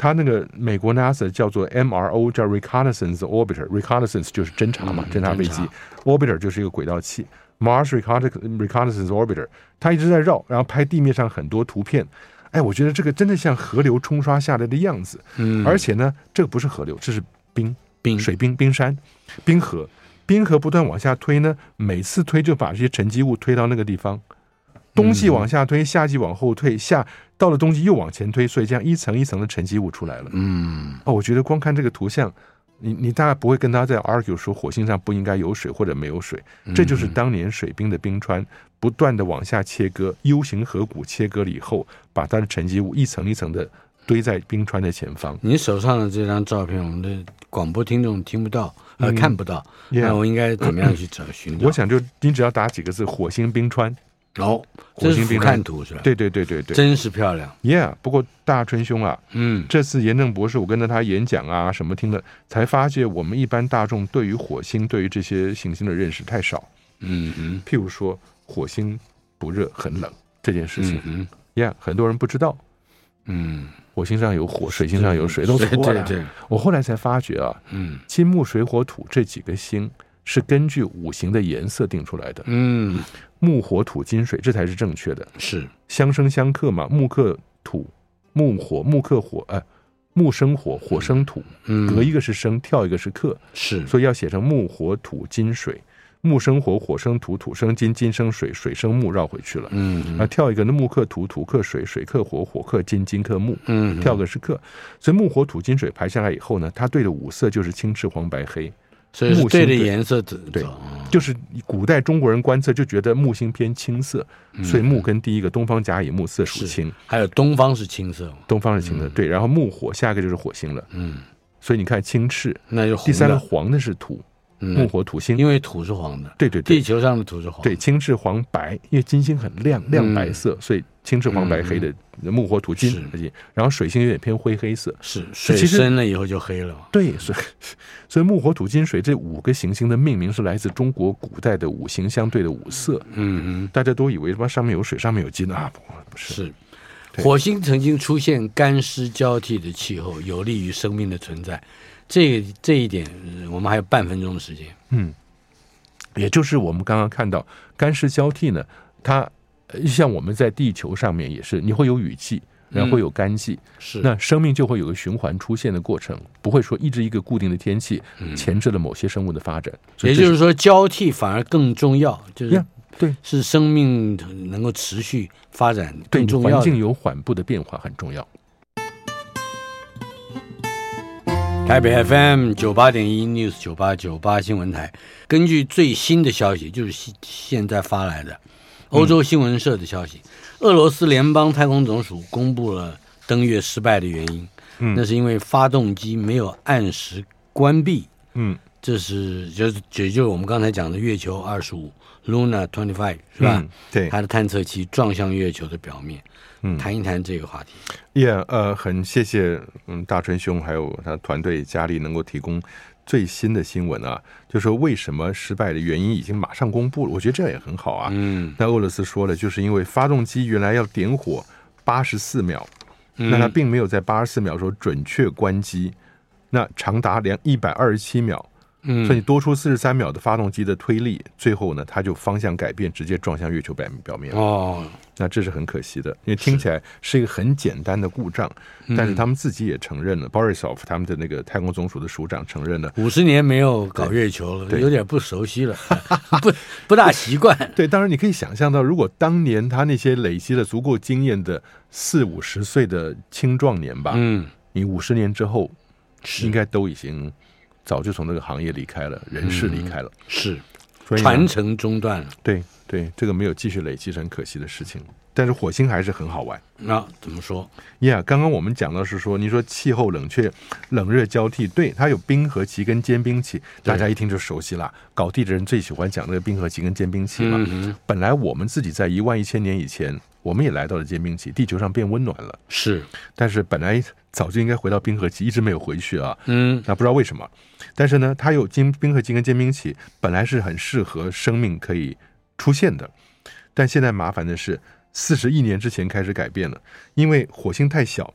B: 它那个美国 NASA 叫做 MRO，叫 Reconnaissance Orbiter，Reconnaissance 就是侦察嘛，
A: 嗯
B: 侦察飞机
A: 侦察
B: ，Orbiter 就是一个轨道器，Mars Reconna- Reconnaissance Orbiter，它一直在绕，然后拍地面上很多图片。哎，我觉得这个真的像河流冲刷下来的样子，
A: 嗯
B: 而且呢，这个不是河流，这是冰
A: 冰
B: 水冰冰山、冰河，冰河不断往下推呢，每次推就把这些沉积物推到那个地方。冬
A: 嗯
B: 季往下推，夏季往后退，夏到了冬季又往前推，所以这样一层一层的沉积物出来了。
A: 嗯，
B: 哦，我觉得光看这个图像，你你大概不会跟他在 argue 说火星上不应该有水或者没有水，
A: 嗯
B: 这就是当年水冰的冰川不断的往下切割，U 型河谷切割了以后，把它的沉积物一层一层的堆在冰川的前方。
A: 你手上的这张照片，我们的广播听众听不到，呃，
B: 嗯
A: 看不到。那
B: Yeah
A: 我应该怎么样去找寻找？
B: 我想就你只要打几个字“火星冰川
A: 哦，
B: 火
A: 这是
B: 星
A: 俯
B: 冰川
A: 瞰图是”，吧？，
B: 对对对对对
A: 真是漂亮。
B: ，Yeah。不过大春兄啊，
A: 嗯，
B: 这次严正博士，我跟着他演讲啊什么听了，才发现我们一般大众对于火星、对于这些行星的认识太少。
A: 嗯嗯
B: 譬如说，火星不热很冷这件事情
A: 嗯嗯
B: ，Yeah，很多人不知道。
A: 嗯，
B: 火星上有火，水星上有水，都
A: 对
B: 错
A: 对
B: 了。
A: 对，
B: 我后来才发觉啊，
A: 嗯
B: 金木水火土这几个星是根据五行的颜色定出来的，
A: 嗯
B: 木火土金水，这才是正确的。
A: 是
B: 相生相克嘛，木克土，木火，木克火，哎、木生火，火生土，隔
A: 嗯
B: 一个是生，跳一个是克，
A: 是
B: 所以要写成木火土金水，木生火，火生土，土生金，金生水，水生木，绕回去了。
A: 嗯
B: 啊，跳一个，那木克土，土克水，水克火，火克金，金克木，
A: 嗯
B: 跳个是克，所以木火土金水排下来以后呢，它对的五色就是青赤黄白黑，
A: 所以是
B: 木
A: 对
B: 星
A: 的
B: 对
A: 颜色走
B: 对
A: 走啊
B: 就是古代中国人观测就觉得木星偏青色，所以木跟第一个东方甲乙木色属
A: 嗯是
B: 青，
A: 还有东方是青色嘛，
B: 东方是青的，对。然后木火，下一个就是火星了。
A: 嗯，
B: 所以你看青赤，
A: 那就红
B: 第三个
A: 的，
B: 黄的是土，木
A: 嗯，
B: 火土星。
A: 因为土是黄的，
B: 对对
A: 地
B: 对
A: 球上的土是黄嗯的，
B: 对，青赤黄白，因为金星很亮，亮白色，所以青赤黄白黑的木火土金
A: 嗯是。
B: 然后水星有点偏灰黑色，
A: 是水
B: 其实
A: 深了以后就黑了嘛，
B: 对，所以 所以木火土金水这五个行星的命名是来自中国古代的五行相对的五色。
A: 嗯嗯
B: 大家都以为什么上面有水，上面有金啊？不不是，
A: 是。
B: 对
A: 火星曾经出现干湿交替的气候，有利于生命的存在。这这一点，呃我们还有半分钟的时间。
B: 嗯，也就是我们刚刚看到干湿交替呢，它呃像我们在地球上面也是，你会有雨季，然后会有干季，
A: 嗯是，
B: 那生命就会有个循环出现的过程，不会说一直一个固定的天气钳制了某些生物的发展。所
A: 嗯
B: 以
A: 也
B: 这
A: 就是说，交替反而更重要，就是
B: Yeah，对
A: 是生命能够持续发展
B: 对
A: 更重
B: 环
A: 要的
B: 境。有缓步的变化很重要。
A: 台北 FM 九八点一 News 九八九八新闻台，根据最新的消息，就是现现在发来
B: 嗯
A: 的欧洲新闻社的消息，俄罗斯联邦太空总署公布了登月失败的原因，
B: 嗯
A: 那是因为发动机没有按时关闭
B: 嗯
A: 这是就是也就是我们刚才讲的月球二十五 Luna Twenty Five 是吧？
B: 嗯对
A: 它的探测器撞向月球的表面，
B: 嗯
A: 谈一谈这个话题。
B: 也、呃，很谢谢嗯大春兄还有他团队佳丽能够提供最新的新闻啊，就说为什么失败的原因已经马上公布了，我觉得这也很好啊。
A: 嗯，
B: 那俄罗斯说了，就是因为发动机原来要点火八十四秒，
A: 嗯
B: 那它并没有在八十四秒的时候准确关机，那长达两一百二十七秒，
A: 嗯
B: 所以多出四十三秒的发动机的推力，最后呢，它就方向改变，直接撞向月球表表面。
A: 哦，
B: 那这是很可惜的，因为听起来是一个很简单的故障，
A: 嗯
B: 但是他们自己也承认了，Borisov 他们的那个太空总署的署长承认了。
A: 五十年没有搞月球了，
B: 对
A: 有点不熟悉了， 不不大习惯。
B: 对，当然你可以想象到，如果当年他那些累积了足够经验的四五十岁的青壮年吧，
A: 嗯，
B: 你五十年之后
A: 是
B: 应该都已经早就从这个行业离开了，人事离开了，
A: 是
B: 所以呢
A: 嗯传承中断了。
B: 对对，这个没有继续累积是很可惜的事情。但是火星还是很好玩。
A: 那啊怎么说？
B: 呀刚刚我们讲到是说，你说气候冷却、冷热交替，对，它有冰河期跟间冰期，大家一听就熟悉了。搞地的人最喜欢讲那个冰河期跟间冰期嘛。
A: 嗯哼，
B: 本来我们自己在一万一千年以前，我们也来到了间冰期，地球上变温暖了，
A: 是，
B: 但是本来早就应该回到冰河期，一直没有回去啊。
A: 嗯
B: 那不知道为什么，但是呢，它有金冰河期跟间冰期，本来是很适合生命可以出现的，但现在麻烦的是，四十亿年之前开始改变了，因为火星太小，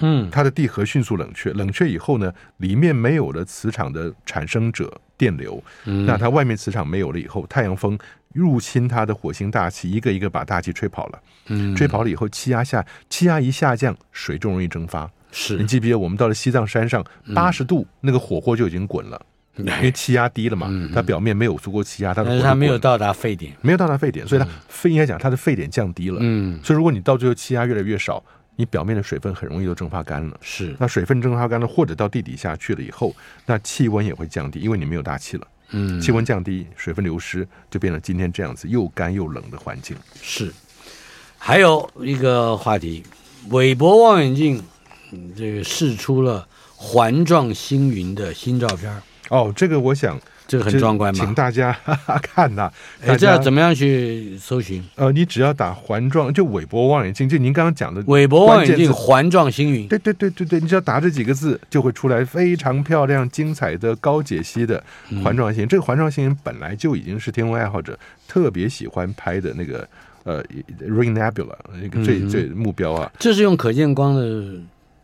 A: 嗯
B: 它的地核迅速冷却，冷却以后呢，里面没有了磁场的产生者电流，
A: 嗯，
B: 那它外面磁场没有了以后，太阳风入侵它的火星大气，一个一个把大气吹跑了，
A: 嗯
B: 吹跑了以后，气压下气压一下降，水就容易蒸发。
A: 是嗯
B: 你记不记得我们到了西藏山上八十度，那个火锅就已经滚了，因为气压低了嘛，它表面没有足够气压，它的
A: 哎嗯但
B: 火
A: 是
B: 就
A: 它
B: 滚
A: 没有
B: 了
A: 到达沸点。
B: 没有到达沸点，所以它沸应该讲它的沸点降低了。
A: 嗯，
B: 所以如果你到最后气压越来越少，你表面的水分很容易就蒸发干了。
A: 是，
B: 那水分蒸发干了，或者到地底下去了以后，那气温也会降低，因为你没有大气了。
A: 嗯
B: 气温降低，水分流失，就变成今天这样子又干又冷的环境。
A: 是。嗯还有一个话题，韦伯望远镜，嗯这个试出了环状星云的新照片儿，
B: 哦，这个我想
A: 这个很
B: 这
A: 壮观
B: 请
A: 嘛？
B: 大家 哈哈看呐、大
A: 哎，这要
B: 家
A: 怎么样去搜寻？
B: 呃，你只要打环状，就韦伯望远镜，就您刚刚讲的
A: 韦伯望远
B: 关键
A: 镜
B: 字
A: 环状星云，
B: 对对对对对，你只要打这几个字，就会出来非常漂亮、精彩的高解析的
A: 嗯
B: 环状星云。这个环状星云本来就已经是天文爱好者特别喜欢拍的那个呃 Ring Nebula 那个
A: 嗯
B: 最、
A: 哼
B: 最目标啊，
A: 这是用可见光的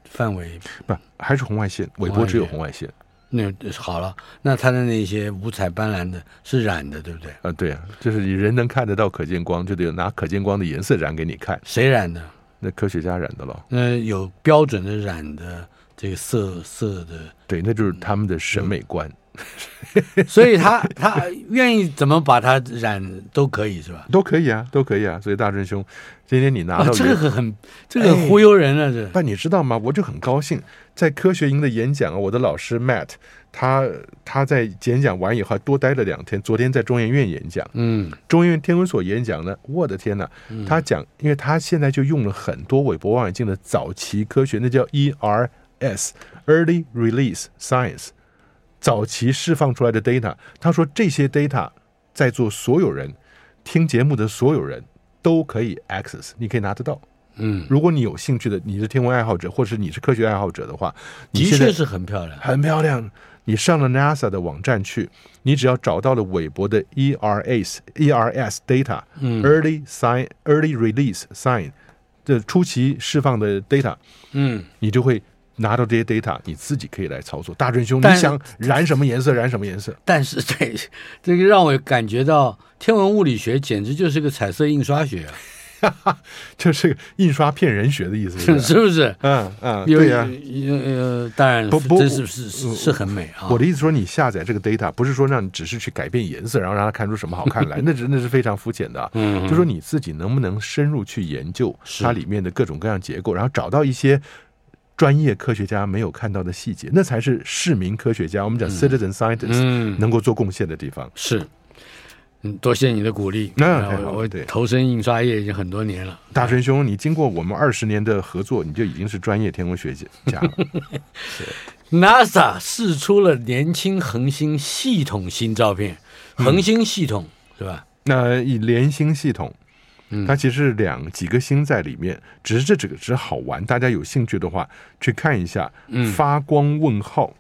A: 范围。
B: 不还是红外线，韦伯只有红外线
A: 那好了，那它的那些五彩斑斓的是染的，对不对？
B: 啊、对啊，就是你人能看得到可见光，就得拿可见光的颜色染给你看，
A: 谁染的？
B: 那科学家染的了，
A: 那有标准的染的这个色色 的，
B: 对，那就是他们的审美观。
A: 嗯所以他他愿意怎么把它染都可以是吧？
B: 都可以啊，都可以啊。所以大真兄，今天你拿到
A: 啊，
B: 哎原、
A: 这个很很这个很忽悠人啊，这
B: 但你知道吗？我就很高兴，在科学营的演讲啊，我的老师 Matt，他他在演讲完以后还多待了两天，昨天在中研院演讲，
A: 嗯
B: 中研院天文所演讲呢，我的天呐，他讲，因为他现在就用了很多韦伯望远镜的早期科学，那叫 E ERS（Early Release Science），早期释放出来的 data。他说这些 data 在座所有人听节目的所有人都可以 access，你可以拿得到。
A: 嗯，
B: 如果你有兴趣的，你是天文爱好者，或是你是科学爱好者的话，你
A: 的
B: 现在
A: 确是很漂亮。
B: 很漂亮。你上了 NASA 的网站去，你只要找到了韦伯的 E ERS ERS data，
A: 嗯
B: early sign early release sign 这初期释放的 data，
A: 嗯，
B: 你就会拿到这些 data，你自己可以来操作。大真兄，你
A: 但
B: 想染什么颜色染什么颜色，
A: 但是 这这个让我感觉到天文物理学简直就是个彩色印刷学啊，
B: 就是印刷骗人学的意思，是不 是
A: 是不是？
B: 嗯嗯，
A: 有
B: 对呀、
A: 有呃，当然
B: 不不
A: 真是是是是很美啊
B: 我。的意思说，你下载这个 data 不是说让你只是去改变颜色，然后让它看出什么好看 来，那真的是非常肤浅的啊。
A: 嗯
B: 就说你自己能不能深入去研究
A: 是
B: 它里面的各种各样结构，然后找到一些专业科学家没有看到的细节，那才是市民科学家，我们讲 citizen scientist、
A: 嗯，
B: 能够做贡献的地方。
A: 是，嗯，多谢你的鼓励。
B: 那
A: 啊
B: 太好了
A: 我我
B: 对
A: 投身印刷业已经很多年了。
B: 大神兄，你经过我们二十年的合作，你就已经是专业天文学家了。
A: NASA 试出了年轻恒星系统新照片，恒
B: 嗯
A: 星系统、是吧？
B: 那以连星系统
A: 嗯，
B: 它其实是两几个星在里面，只是这几个只是好玩，大家有兴趣的话去看一下。
A: 嗯
B: 发光问号，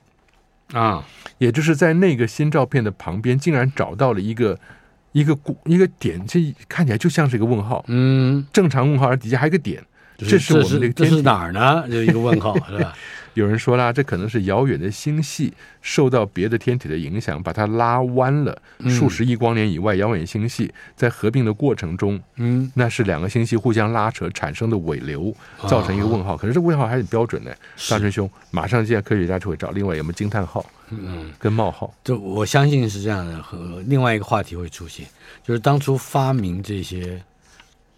A: 啊，
B: 也就是在那个新照片的旁边，竟然找到了一个一个鼓一个点，这看起来就像是一个问号，
A: 嗯，
B: 正常问号，而底下还有一个点。
A: 这
B: 这是我们的一个
A: 这
B: 天
A: 是
B: 体。
A: 哪儿呢？就一个问号是吧？
B: 有人说啦，这可能是遥远的星系受到别的天体的影响，把它拉弯了数十亿光年以外遥远星系，在合并的过程中，
A: 嗯，
B: 那是两个星系互相拉扯产生的尾流，造成一个问号。可是这问号还很标准呢，大春兄，马上现在科学家就会找另外有没有惊叹号，嗯，跟冒号，
A: 就我相信是这样的，和另外一个话题会出现，就是当初发明这些，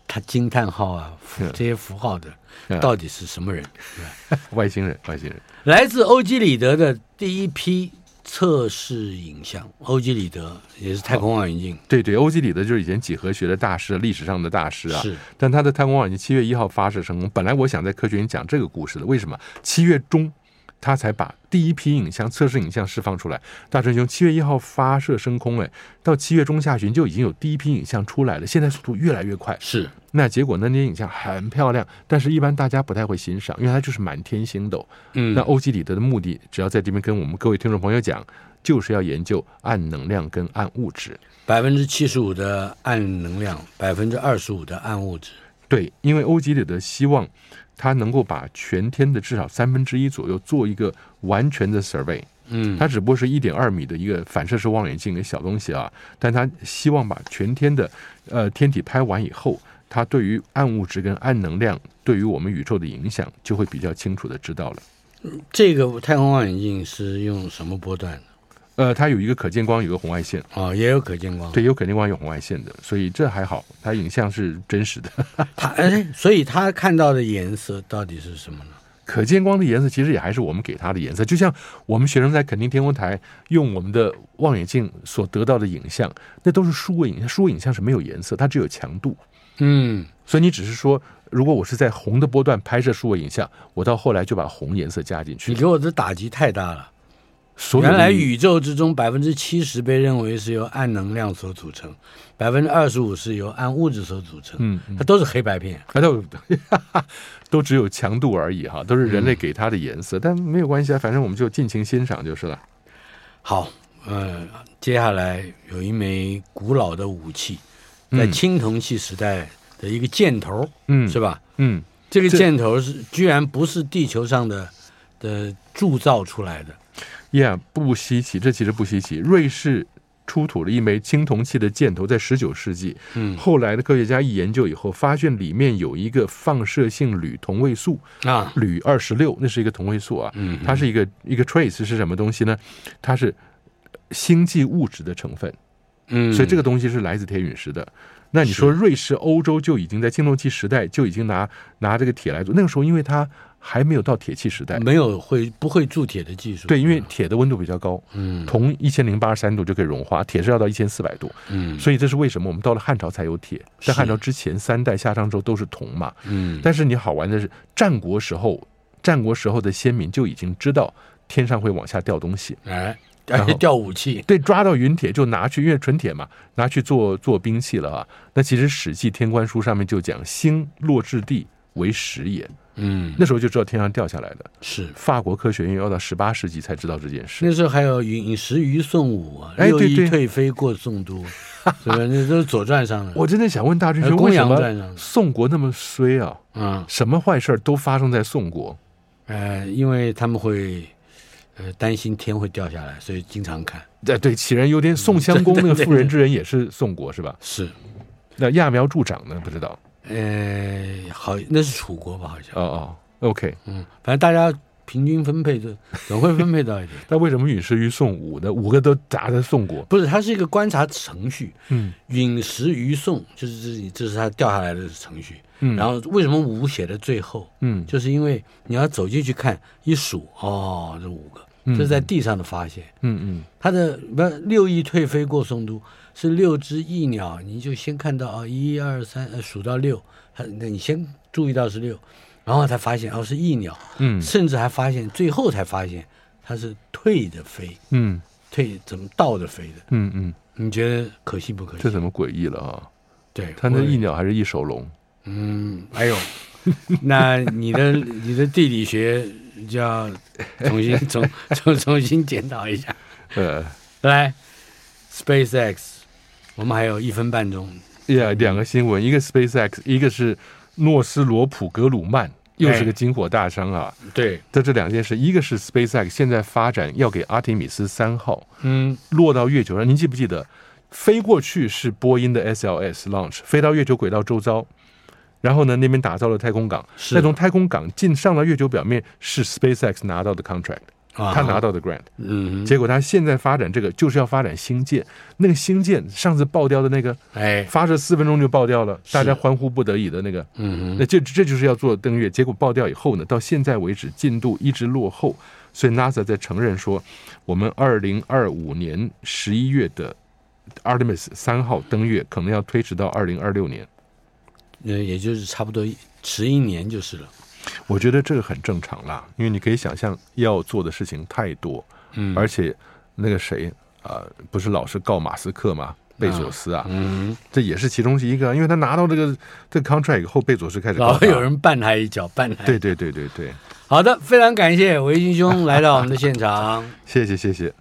A: 他惊叹号啊，符
B: 嗯
A: 这些符号的，
B: 嗯
A: 到底是什么人？
B: 外星人，外星人，
A: 来自欧几里得的第一批测试影像，欧几里得也是太空望远镜，
B: 对对，欧几里得就是以前几何学的大师，历史上的大师啊，
A: 是
B: 但他的太空望远镜七月一号发射成功。本来我想在科学院讲这个故事的，为什么七月中他才把第一批影像测试影像释放出来？大成兄，七月一号发射升空，哎，到七月中下旬就已经有第一批影像出来了，现在速度越来越快。
A: 是
B: 那结果呢那些影像很漂亮，但是一般大家不太会欣赏，因为它就是满天星斗。
A: 嗯
B: 那欧几里得的目的，只要在这边跟我们各位听众朋友讲，就是要研究暗能量跟暗物质。
A: 百分之七十五的暗能量，百分之二十五的暗物质。
B: 对，因为欧几里得希望他能够把全天的至少三分之一左右做一个完全的 survey。
A: 嗯，
B: 它只不过是一点二米的一个反射式望远镜一个小东西啊，但他希望把全天的呃天体拍完以后，它对于暗物质跟暗能量对于我们宇宙的影响就会比较清楚的知道了。
A: 这个太空望远镜是用什么波段的？
B: 呃，它有一个可见光，有一个红外线，
A: 哦，也有可见光。
B: 对，有可见光，有红外线的，所以这还好，它影像是真实的。
A: 它，哎，所以它看到的颜色到底是什么呢？
B: 可见光的颜色其实也还是我们给它的颜色，就像我们学生在垦丁天文台用我们的望远镜所得到的影像，那都是数位影像，数位影像是没有颜色，它只有强度。
A: 嗯，
B: 所以你只是说，如果我是在红的波段拍摄数位影像，我到后来就把红颜色加进去
A: 你。给我的打击太大了。
B: 所有的
A: 原来
B: 影
A: 宇宙之中百分之七十被认为是由暗能量所组成，百分之二十五是由暗物质所组成，
B: 嗯，嗯
A: 它都是黑白片。
B: 啊都都只有强度而已哈，都是人
A: 嗯
B: 类给它的颜色，但没有关系啊，反正我们就尽情欣赏就是了。
A: 好，呃，接下来有一枚古老的武器，在
B: 嗯
A: 青铜器时代的一个箭头，
B: 嗯，
A: 是吧？
B: 嗯，
A: 这个
B: 这
A: 箭头是居然不是地球上的的铸造出来的，
B: Yeah，不稀奇，这其实不稀奇。瑞士出土了一枚青铜器的箭头，在十九世纪，
A: 嗯
B: 后来的科学家一研究以后，发现里面有一个放射性铝同位素，
A: 啊，
B: 铝二十六，那是一个同位素啊，
A: 嗯哼
B: 它是一个一个 trace 是什么东西呢？它是星际物质的成分，
A: 嗯，
B: 所以这个东西是来自铁陨石的。那你说瑞士、欧洲就已经在青铜器时代就已经拿拿这个铁来做，那个时候因为它还没有到铁器时代，
A: 没有会不会铸铁的技术，
B: 对，因为铁的温度比较高，
A: 嗯
B: 铜一千零八十三度就可以融化，铁是要到一千四百度，
A: 嗯
B: 所以这是为什么我们到了汉朝才有铁，在汉朝之前三代夏商周都是铜嘛。
A: 嗯，
B: 但是你好玩的是，战国时候，战国时候的先民就已经知道天上会往下掉东西，
A: 哎，而
B: 然
A: 且
B: 后
A: 掉武器，
B: 对，抓到云铁就拿去，因为纯铁嘛，拿去做做兵器了啊。那其实《史记·天官书》上面就讲，星落至地为石也，
A: 嗯，
B: 那时候就知道天上掉下来的。
A: 是
B: 法国科学院要到十八世纪才知道这件事。
A: 那时候还有饮食于宋武啊，
B: 哎
A: 六
B: 对
A: 一
B: 对
A: 退飞过宋都，是吧？那都是《左传》上的。
B: 我真的想问大
A: 嗯
B: 军
A: 呃
B: 兄，
A: 公
B: 为什
A: 羊传
B: 么
A: 上
B: 宋国那么衰啊？
A: 啊，
B: 什么坏事儿都发生在宋国？
A: 呃，因为他们会呃担心天会掉下来，所以经常看。
B: 对对，杞人忧天。宋襄公那个妇人之仁也是宋国是吧？
A: 是，
B: 那揠苗助长呢？不知道。
A: 呃，好，那是楚国吧？好像，
B: 哦哦，OK。
A: 嗯，反正大家平均分配的，总会分配到一点。
B: 那为什么陨石于宋五呢？五个都砸在宋国。
A: 不是，它是一个观察程序，
B: 嗯
A: 陨石于宋，就是这是这是它掉下来的程序。
B: 嗯
A: 然后为什么五写在最后？
B: 嗯
A: 就是因为你要走进去看，一数哦，这五个，这是在地上的发现。
B: 嗯嗯，
A: 它的不六翼退飞过宋都，是六只翼鸟，你就先看到啊，一二三，呃，数到六，它那你先注意到是六，然后才发现哦是翼鸟，
B: 嗯
A: 甚至还发现最后才发现它是退着飞，
B: 嗯
A: 退怎么倒着飞的？
B: 嗯嗯，
A: 你觉得可惜不可惜
B: 这？怎么诡异了啊？
A: 对，
B: 它那
A: 我
B: 翼鸟还是翼手龙？
A: 嗯，哎呦，那你的你的地理学就要重新重重重新检讨一下。
B: 呃，
A: 来，SpaceX，我们还有一分半钟，
B: 呀，两个新闻，一个 SpaceX，一个是诺斯罗普格鲁曼，又是
A: 哎
B: 个金火大伤啊。
A: 对，
B: 这这两件事，一个是 SpaceX 现在发展要给阿提米斯三号
A: 嗯，
B: 落到月球上，您记不记得？飞过去是波音的 SLS launch，飞到月球轨道周遭，然后呢，那边打造了太空港，
A: 是
B: 再从太空港进上到月球表面是 SpaceX 拿到的 contract，
A: 啊
B: 他拿，到的 grant。
A: 嗯，
B: 结果他现在发展这个就是要发展星舰，那个星舰上次爆掉的那个，
A: 哎，
B: 发射四分钟就爆掉了，
A: 是
B: 大家欢呼不得已的那个，
A: 嗯
B: 那这这就是要做登月，结果爆掉以后呢，到现在为止进度一直落后，所以 NASA 在承认说，我们二零二五年十一月的 Artemis 三号登月可能要推迟到二零二六年。
A: 哼，呃，也就是差不多一迟一年就是了，
B: 我觉得这个很正常啦，因为你可以想象要做的事情太多，
A: 嗯，
B: 而且那个谁啊、呃不是老是告马斯克吗？贝佐斯啊，
A: 嗯，
B: 这也是其中是一个，因为他拿到这个这个 contract 以后，贝佐斯开始告
A: 老
B: 他
A: 有人绊他一脚，绊他。
B: 对，对对对对，
A: 好的，非常感谢维新兄来到我们的现场。
B: 谢谢谢谢。